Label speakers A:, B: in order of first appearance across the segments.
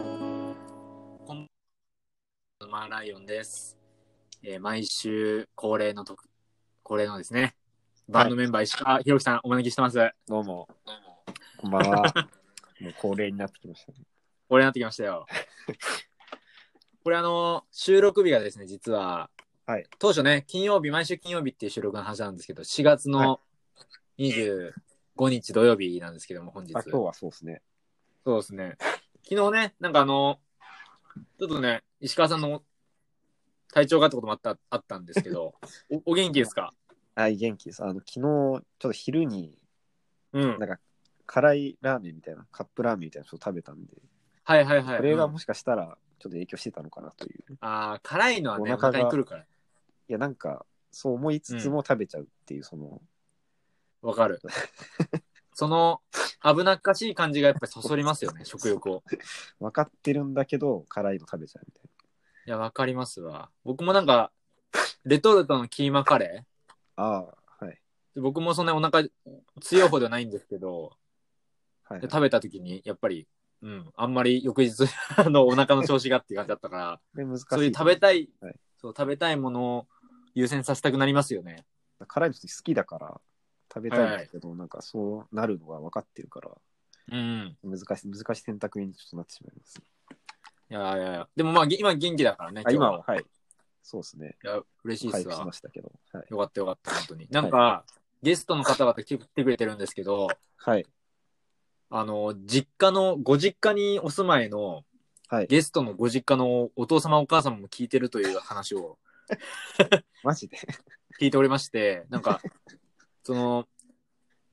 A: こんばんはマーライオンです。えー毎週恒例の特、恒例のですね、バンドメンバー石川博樹さんお招きしてます。
B: どうも。こんばんは。 もう恒例になってきましたね。
A: 俺になってきました よ。これあの、収録日がですね、実は、
B: はい
A: 当初ね、金曜日、毎週金曜日っていう収録の話なんですけど、4月
B: は
A: の25日土曜日なんですけども、本日。
B: あ、今日はそうですね。
A: そうですね。昨日ね、なんかあの、ちょっとね、石川さんの体調がってこともあったあったんですけ ど、おお元気ですか
B: はい、元気です。あの、昨日、ちょっと昼に、
A: うん
B: な。んか、辛いラーメンみたいな、カップラーメンみたいなのを食べたんで、
A: はいはいはい。
B: これが
A: うん
B: もしかしたら、ちょっと影響してたのかなという。い
A: あー辛いのはね、お
B: お腹が
A: 腹に来るから。
B: や、なんか、そう思いつつも食べちゃうっていう、その、
A: わか る。その危なっかしい感じがやっぱりそそります よね、食欲を。
B: 分かってるんだけど、辛いの食べちゃうみたい
A: いや、わかりますわ。僕もなんか、レトルトのキーマカレ
B: な。ああ、はい。
A: ー僕もそんなお腹強い方ではないんですけど、
B: はい
A: で、食べた時に、やっぱり、うん、あんまり翌日、 あの、お腹の調子がっていう感じだったから、
B: これ難しい。
A: そういう食べたい、
B: はい
A: そう、食べたいものを優先させたくなりますよね。
B: 辛いの好きだから、食べたいんだけど、なんか、そうなるのが分かってるから、
A: うん。
B: 難しい、難しい選択にちょっとなってしまいます。
A: いやいやいや。でもまあ、げ今元気だからね。
B: あ
A: 今
B: 今
A: 日
B: は、はい。そうですね。
A: いや、嬉しいっ
B: 回
A: す
B: 復し
A: わ
B: ま。したけど。はい。
A: よかったよかった、本当に。なんか、
B: は
A: ゲストの方々来て来てくれてるんですけど、
B: はい。
A: あの、実家の、ご実家にお住まいの、
B: はい。
A: ゲストのご実家のお父様お母様も聞いてるという話を
B: マジで。
A: 聞いておりまして、なんか、その、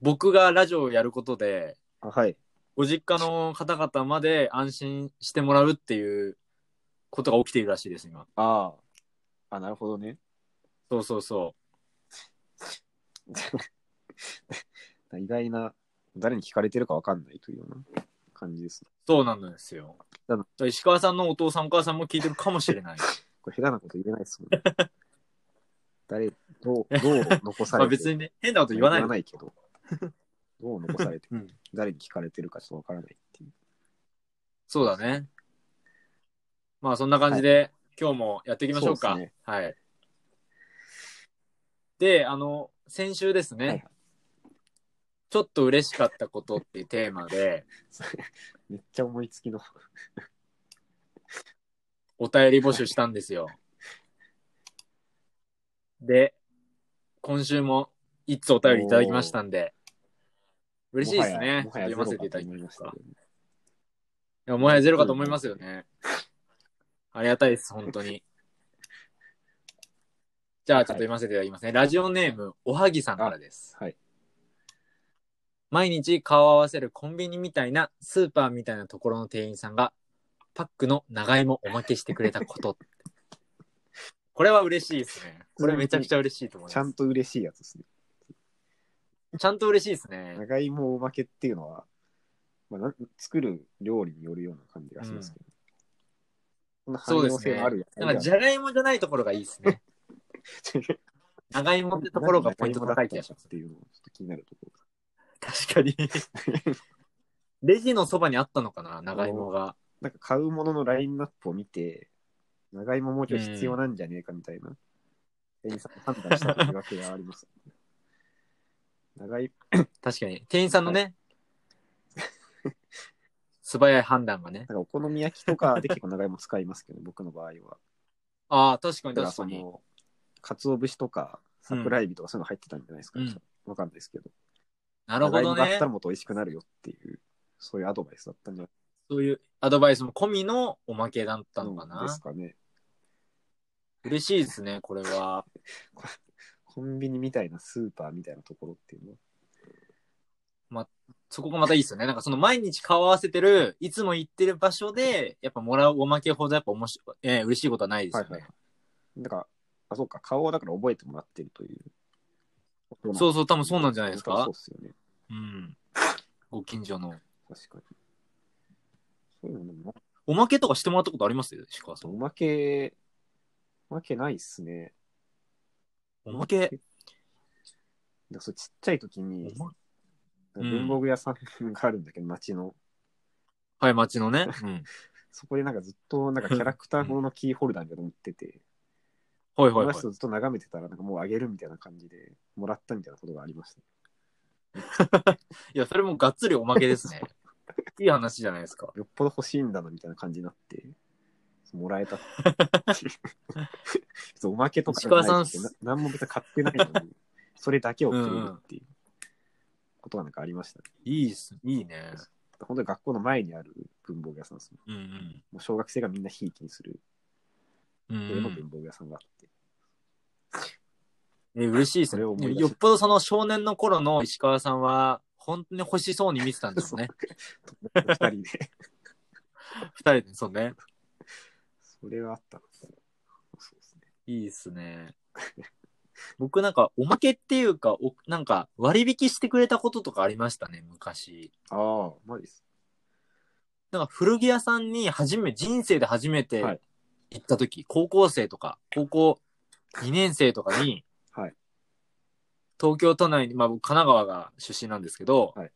A: 僕がラジオをやることで、
B: あはい。
A: ご実家の方々まで安心してもらうっていうことが起きているらしいです、今。
B: ああ。あ、なるほどね。
A: そうそうそ
B: 意外な、誰に聞かれてるかわかんないというような感じですね。
A: う。そうなんですよ。
B: だ
A: だから石川さんのお父さんお母さんも聞いてるかもしれない。
B: これ下手なこと言えないですもん ね。誰、どう、どう残さ
A: ま
B: れ
A: あ
B: て
A: 別にね、変なこと言わない。
B: けど。 どう残されて、
A: うん
B: 誰に聞かれてるかちょっとわからないっていう。
A: そうだね。まあそんな感じで、今日もやっていきましょうか。
B: そうですね
A: はい。で、あの、先週ですね、
B: はい
A: ちょっと嬉しかったことっていうテーマで、
B: めっちゃ思いつきの。
A: お便り募集したんですよ。で、今週も一つお便りいただきましたんで、嬉しいですね。
B: もはや
A: 読
B: も
A: ま
B: はやゼ
A: せ
B: ロ
A: ていただき
B: かと
A: ま
B: 思い
A: し
B: ました
A: た。
B: けどね
A: いやもはやゼロかと思いますよね。ありがたいです、本当に。じゃあ、ちょっと読ませていただきますね。ラジオネーム、おはぎさんからです。
B: はい。
A: 毎日顔を合わせるコンビニみたいなスーパーみたいなところの店員さんがパックの長芋おまけしてくれたこと。 これは嬉しいです ね。これめちゃくちゃ嬉しいと思い
B: ちゃ
A: ま
B: ん
A: す。
B: と嬉しいやつですね。
A: ちゃんと嬉しいですね。
B: 長芋おまけっていうのは、まあ、な作る料理によるような感じがしますけど。そんな
A: そう
B: 汎
A: で
B: 用
A: す
B: 性
A: ね
B: のあるや。つ
A: なんかじゃがいもじゃないところがいいですね。長芋ってところがポイント高い気がします
B: っ。ていうのをちょっと気になるところ。
A: 確かに。レジのそばにあったのかな、長芋が。
B: なんか買うもののラインナップを見て、長芋もうちょい必要なんじゃねえかみたいな、店員さんが判断したというわけがあります。 長い、
A: 確かに。店員さんのね、素早い判断がね。
B: なんかお好み焼きとかで結構長芋使いますけど、僕の場合は。
A: ああ、確か
B: だ
A: に
B: から
A: 確か
B: そ
A: に。
B: の、鰹節とか桜エビとかそういうの入ってたんじゃないですか。
A: うん
B: ちょっとわかんないですけど。
A: なるほど
B: 長芋があっ
A: ね
B: た。らもっと美味しくなるよっていう、そういうアドバイスだったんじゃない
A: そういうアドバイスも込みのおまけだったのか
B: で
A: な
B: す。かね。
A: 嬉しいですね、これは。
B: コンビニみたいなスーパーみたいなところっていうのは。
A: そこがまたいいですよね。なんかその毎日顔合わせてる、いつも行ってる場所で、やっぱもらうおまけほどやっぱ面白い、えー嬉しいことはないですよね。
B: い。だから、あ、そうか、顔をだから覚えてもらってるという。
A: そううそう、多分そうなんじゃないですか
B: そうっ。すよね。
A: うん。ご近所の。
B: 確かに。そういうのでも、
A: おまけとかしてもらったことあります石川さん
B: お。まけ、おまけないっすね。
A: おまけ。
B: らそうちっちゃい時に、
A: うん
B: 文房具屋さんがあるんだけど、街の。
A: はい、街のね。うん。
B: そこでなんかずっと、なんかキャラクターもののキーホルダーみたいなの持ってて、
A: はい
B: こ
A: はいはい。
B: の人ずっと眺めてたら、なんかもうあげるみたいな感じで、もらったみたいなことがありました。
A: いや、それもがっつりおまけ ですね。いい話じゃないですか。
B: よっぽど欲しいんだなみたいな感じになって、もらえた。 そうおまけとかじゃない
A: 石川さん
B: 何も別に買ってないのに、それだけをくれるっていうことがなんかありました、ね。
A: いいっす。いいね。
B: 本当に学校の前にある文房具屋さんですね
A: うん
B: もう小学生がみんなひいきにする
A: うん。う
B: 絵の
A: ん
B: 文房具屋さんがあって、
A: うん、え嬉しいです
B: そ
A: ね。
B: れを思い出した
A: よっぽどその少年の頃の石川さんは、本当に欲しそうに見てたんですね。
B: 友達と二人で、
A: 二人で、そうね。
B: それはあったなそうですね。
A: いいっすね。僕なんか、おまけっていうか、おなんか、割引してくれたこととかありましたね、昔。
B: ああ、マジです。
A: なんか、古着屋さんに初め、人生で初めて
B: はい
A: 行った時、高校生とか、高校2年生とかに、
B: はい
A: 東京都内に、まあ僕、神奈川が出身なんですけど、
B: はい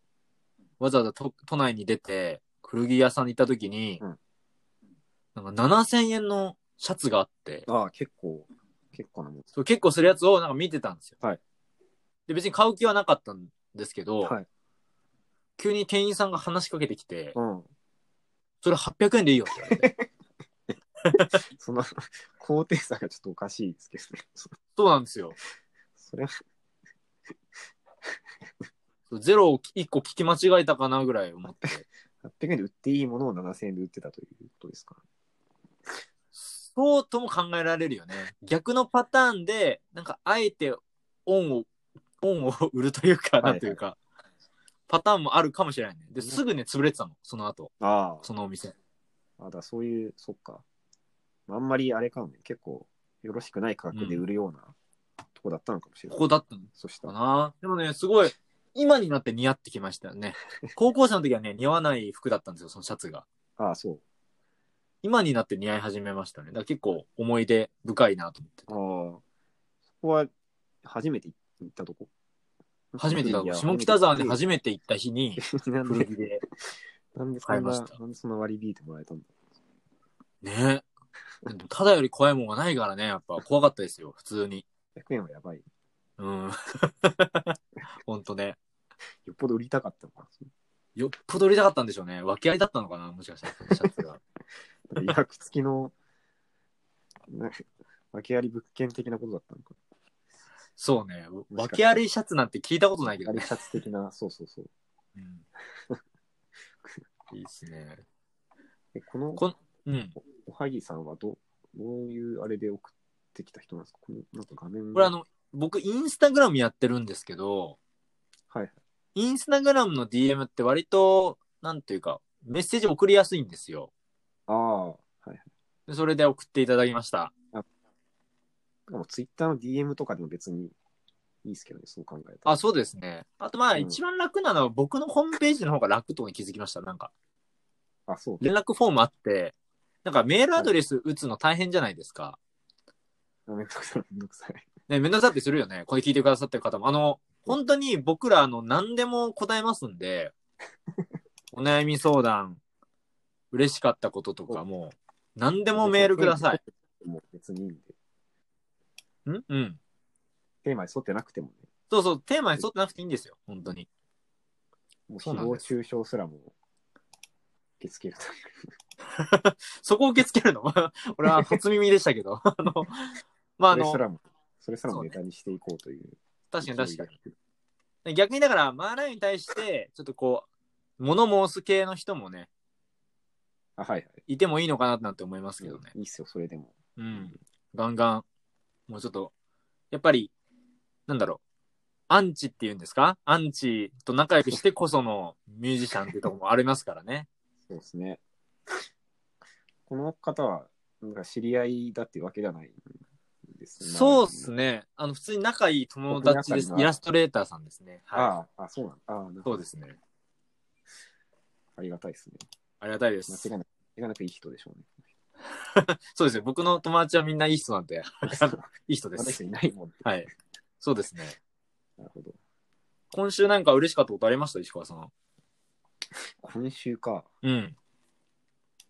A: わざわざ都都内に出て、古着屋さんに行った時に、
B: うん
A: なんか7000円のシャツがあって、
B: ああ、結構、結構なもんです。
A: そう結構するやつをなんか見てたんですよ。
B: はい
A: で、別に買う気はなかったんですけど、
B: はい。
A: 急に店員さんが話しかけてきて、
B: うん。
A: それ800円でいいよって言われ て。
B: その、 高低差がちょっとおかしいですけどね。 そ
A: そうなんですよ。
B: それは、
A: そうゼロを1個聞き間違えたかなぐらい思って。
B: 800円で売っていいものを7000円で売ってたということですか。
A: そうとも考えられるよね。逆のパターンで、なんかあえてオンを、オンを売るというか、
B: はいはい
A: なんというか、パターンもあるかもしれないね。で、すぐね、潰れてたの、その後、
B: あ
A: そのお店。
B: あ、あだからそういう、そっか。あんまりあれかもね、結構よろしくない価格で売るようなとこだったのかもしれな
A: こ
B: い。
A: こだったの
B: そした、
A: からな。でもね、すごい、今になって似合ってきましたよね。高校生の時はね、似合わない服だったんですよ、そのシャツが。
B: ああ、そう。
A: 今になって似合い始めましたね。だから結構思い出深いなと思って。
B: ああ、そこは初めて行ったとこ
A: 初めてだ、下北沢で初めて行った日 に、
B: めて。なん
A: 古
B: で
A: 着、で。
B: なんでそん
A: 買いま
B: な、
A: した
B: なんでそんな割り引いてもらえたんだ
A: ね。ただより怖いもんはないからね、やっぱ怖かったですよ、普通に。
B: 100円はやばい。よ
A: うん。 ほんとね。
B: っぽど売りたかったのか
A: よっぽど売りたかったんでしょうね。訳ありだったのかな、もしかしたら、シャツが。
B: な。なんか、付きの、なんか、訳あり物件的なことだったのか。
A: そうね。
B: もしかして
A: 訳ありシャツなんて聞いたことないけど
B: あれ
A: ね。
B: シャツ的な、そうそうそう。
A: うん、いいっすね。
B: え、この、
A: こうん。
B: おはぎさんはどどういうあれで送ってきた人なんですかこのなんか画面
A: これあの、僕、インスタグラムやってるんですけど、
B: はいはい。
A: インスタグラムの DM って割と、なんていうか、メッセージ送りやすいんですよ。
B: ああ、はいはい。
A: でそれで送っていただきました。
B: でもツイッターの DM とかでも別にいいですけどね、そう考えたら。
A: あ、そうですね。あとまあ、
B: うん
A: 一番楽なのは僕のホームページの方が楽とに気づきました。なんか、
B: あ、そう。
A: 連絡フォームあって、なんかメールアドレス打つの大変じゃないですか。
B: あめんどくさい、めんどくさい。
A: ね、めんどくさってするよね。これ聞いてくださってる方も。あの、本当に僕ら、あの、何でも答えますんで、お悩み相談、嬉しかったこととかも、何でもメールください。
B: もう別にいいんで。
A: んうん。
B: テーマに沿ってなくてもね。
A: そうそう、テーマに沿ってなくていいんですよ。本当に。
B: もう
A: そう
B: 誹
A: なんで
B: 謗
A: す
B: 中傷すらも受け付ける
A: そこを受け付けるの 俺は初耳でしたけど。あの、まあ、あ
B: という。そ
A: の、
B: れすらも、それすらもネタにしていこうという。
A: 確かに確かに。
B: に。
A: 逆にだから、マーライオンに対して、ちょっとこう、物申す系の人もね、
B: あ、はいはい。
A: いてもいいのかななんて思いますけどね。
B: いいっすよ、それでも。
A: うん。ガンガン、もうちょっと、やっぱり、なんだろう、アンチっていうんですかアンチと仲良くしてこそのミュージシャンっていうところもありますから ね。
B: そうですね。この方は、なんか知り合いだっていうわけじゃないんです
A: そうっす
B: ね。
A: ね。あの、普通に仲いい友達です。
B: 僕仲いいな
A: イラストレーターさんですね。はい。
B: ああ、あそうなんああ、なんか
A: そうですね。
B: ありがたいですね。
A: ありがたいで
B: 間
A: す。
B: 違いなく、間違いなくいい人でしょうね。
A: そうですね。僕の友達はみんないい人なんで、いい人で
B: あの人
A: す。
B: いないもん。
A: はい。そうですね。
B: なるほど。
A: 今週なんか嬉しかったことありました石川さん。
B: 今週か。
A: うん。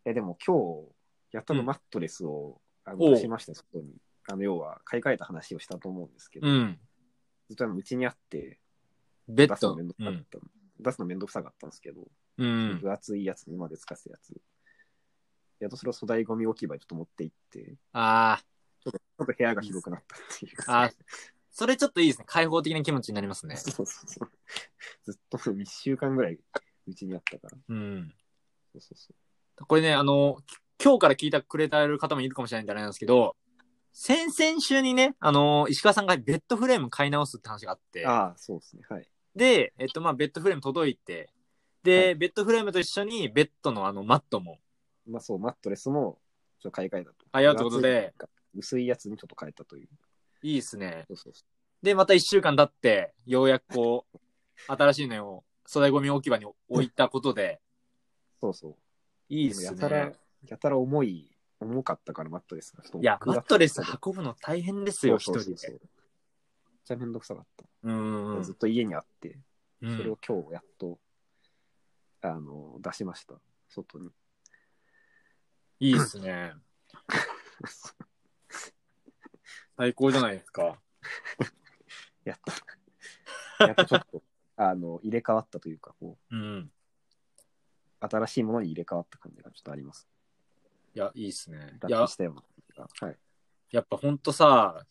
B: え、でも今日、やっとのマットレスを、あ
A: おう
B: の出しました、外に。あの、要は、買い替えた話をしたと思うんですけど、
A: うん。
B: ずっとあの、うちにあって、
A: ベ
B: 出
A: ッ
B: すの
A: ド。
B: めんどく
A: う
B: さかっ
A: ん。
B: たの、出すのめんどくさかったんですけど、
A: うん。
B: 分厚いやつ、今まで使ってたやつ。やっとそれを粗大ゴミ置き場にちょっと持って行って、ち
A: あ
B: ょっと部屋が広くなったっていう。
A: あ、あーそれちょっといいですね。開放的な気持ちになりますね。
B: そうそうそう。ずっと1週間ぐらい、うちにあったから。
A: うん。
B: そうそうそう。
A: これね、あの、き今日から聞いてくれてる方もいるかもしれないんであれなんですけど、先々週にね、あの、石川さんがベッドフレーム買い直すって話があって、
B: ああ、そうですね。はい。
A: で、えっと、まあ、ベッドフレーム届いて、で、
B: は
A: ベッドフレームと一緒にベッドのあの、マットも、
B: まあそう、マットレスも、ちょっと買い替えたと。
A: 買い替えたことで
B: 分厚い。薄いやつにちょっと変えたという。
A: いいですね。
B: そうそうそ
A: で、また一週間経って、ようやくこう、新しいのを粗大ゴミ置き場に置いたことで、
B: う。そうそう。
A: いいで
B: ですもやたら
A: ね。、
B: やたら重い、重かったから、マットレスが。
A: いや、マットレス
B: っ
A: 運ぶの大変ですよ、一
B: そう
A: 人
B: そうそう
A: で。
B: めっちゃめんどくさかった。
A: うんうん
B: ずっと家にあって、
A: う
B: それ
A: ん
B: を。今日やっと、あの、出しました。外に。
A: いいですね。最高じゃないですか。
B: やった。やっとちょっと、あの、入れ替わったというか、こう、
A: うん。
B: 新しいものに入れ替わった感じがちょっとあります。
A: いや、いいですね。い
B: 脱
A: や
B: 皮し、たような感じが。はい。
A: やっぱほんとさ、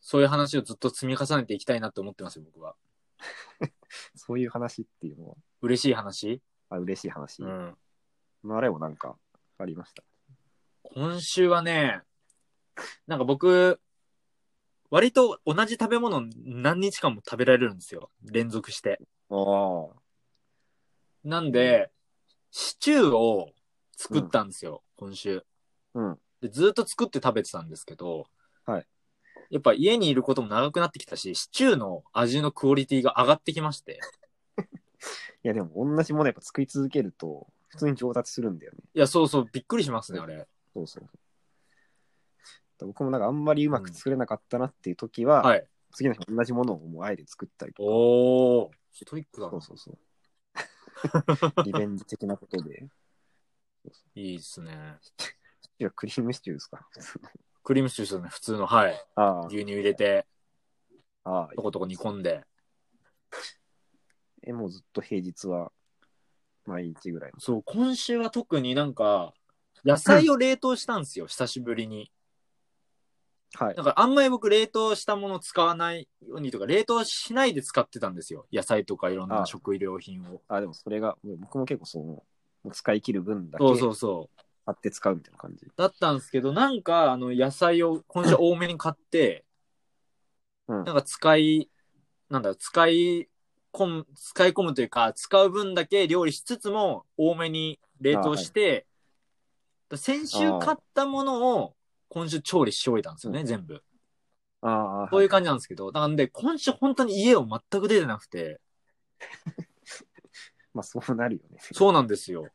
A: そういう話をずっと積み重ねていきたいなって思ってますよ、僕は。
B: そういう話っていうのは、
A: 嬉しい話。
B: あ嬉しい話。
A: うん。
B: のあれもなんかありました。
A: 今週はね、なんか僕、割と同じ食べ物何日間も食べられるんですよ。連続して。
B: ああ。
A: なんで、シチューを作ったんですよ、今週。
B: うん。
A: でずっと作って食べてたんですけど、
B: はい。
A: やっぱ家にいることも長くなってきたし、シチューの味のクオリティが上がってきまして、
B: いやでも同じものやっぱ作り続けると、普通に上達するんだよね。
A: いや、そうそう、びっくりしますね、あれ。
B: そうそう。僕もなんかあんまりうまく作れなかったなっていう時は、
A: はい。
B: 次の日同じものをもうあえて作ったりとか。
A: おー、ストイックだ
B: そ
A: な
B: う。そう そう。リベンジ的なことで。
A: いいですね。
B: いや、クリームシチューですか。普通の
A: クリームシチューですよね、普通の、はい。
B: あ
A: 牛乳入れて、
B: あ、ああ。
A: とことこ煮込んで。
B: え、もうずっと平日は、毎日ぐらいの。
A: そう、今週は特になんか、野菜を冷凍したんですよ、久しぶりに。
B: はい
A: だ。からあんまり僕冷凍したもの使わないようにとか、冷凍しないで使ってたんですよ。野菜とかいろん
B: あ
A: な
B: あ
A: 食料品を。
B: あ、でもそれが、もう僕も結構そう、もう使い切る分だけ
A: そうそうそう。
B: 買って使うみたいな感じ。
A: だったんですけど、なんか、あの、野菜を今週多めに買って、
B: うん
A: なんか使い、なんだろう、使い込む、使い込むというか、使う分だけ料理しつつも、多めに冷凍して、だ先週買ったものを、今週調理し終えたんですよね、
B: う
A: 全部。
B: ああ、はい
A: そういう感じなんですけど、なんで、今週本当に家を全く出てなくて、
B: まあそうなるよね。
A: そうなんですよ。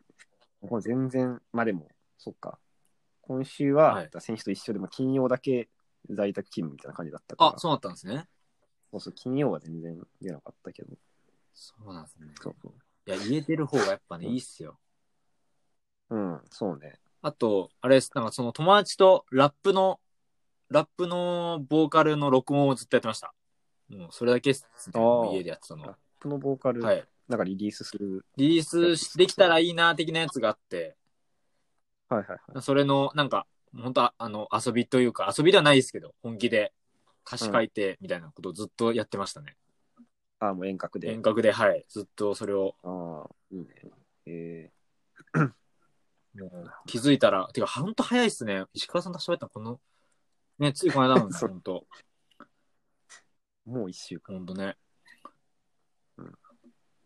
B: もう全然、まあでも、そっか。今週
A: は、
B: はい選手と一緒で、まあ金曜だけ在宅勤務みたいな感じだったから、
A: あ、そうだったんですね。
B: そうそう金曜は全然出なかったけど、
A: そうなんですね。
B: そうそう。
A: いや、家出る方がやっぱね、いいっすよ。
B: うん、そうね。
A: あと、あれです、なんかその友達とラップの、ラップのボーカルの録音をずっとやってました。もうそれだけっすね、
B: あー
A: もう家でやってたの
B: ラッ。プのボーカル、
A: はい。
B: なんかリリースする。
A: リリースしできたらいいな、的なやつがあって、
B: はいはいはい。
A: それの、なんか、本当ああの、遊びというか、遊びではないですけど、本気で歌詞書いて、みたいなことをずっとやってましたね。
B: ああ、もう遠隔で
A: 遠。隔で、はい。ずっとそれを、
B: ああ、いいね。え
A: もう気づいたら、てか、ほんと早いっすね。石川さんと喋ったのこの、ね、ついこの間なんで
B: そ
A: す
B: う
A: ほんと。
B: ー、もう一週間。
A: ほんとね
B: うん。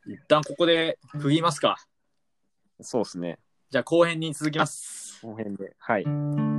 A: 一旦ここで区切りますか。
B: そうですね。
A: じゃあ後編に続きます。
B: この辺で。はい。
A: はい。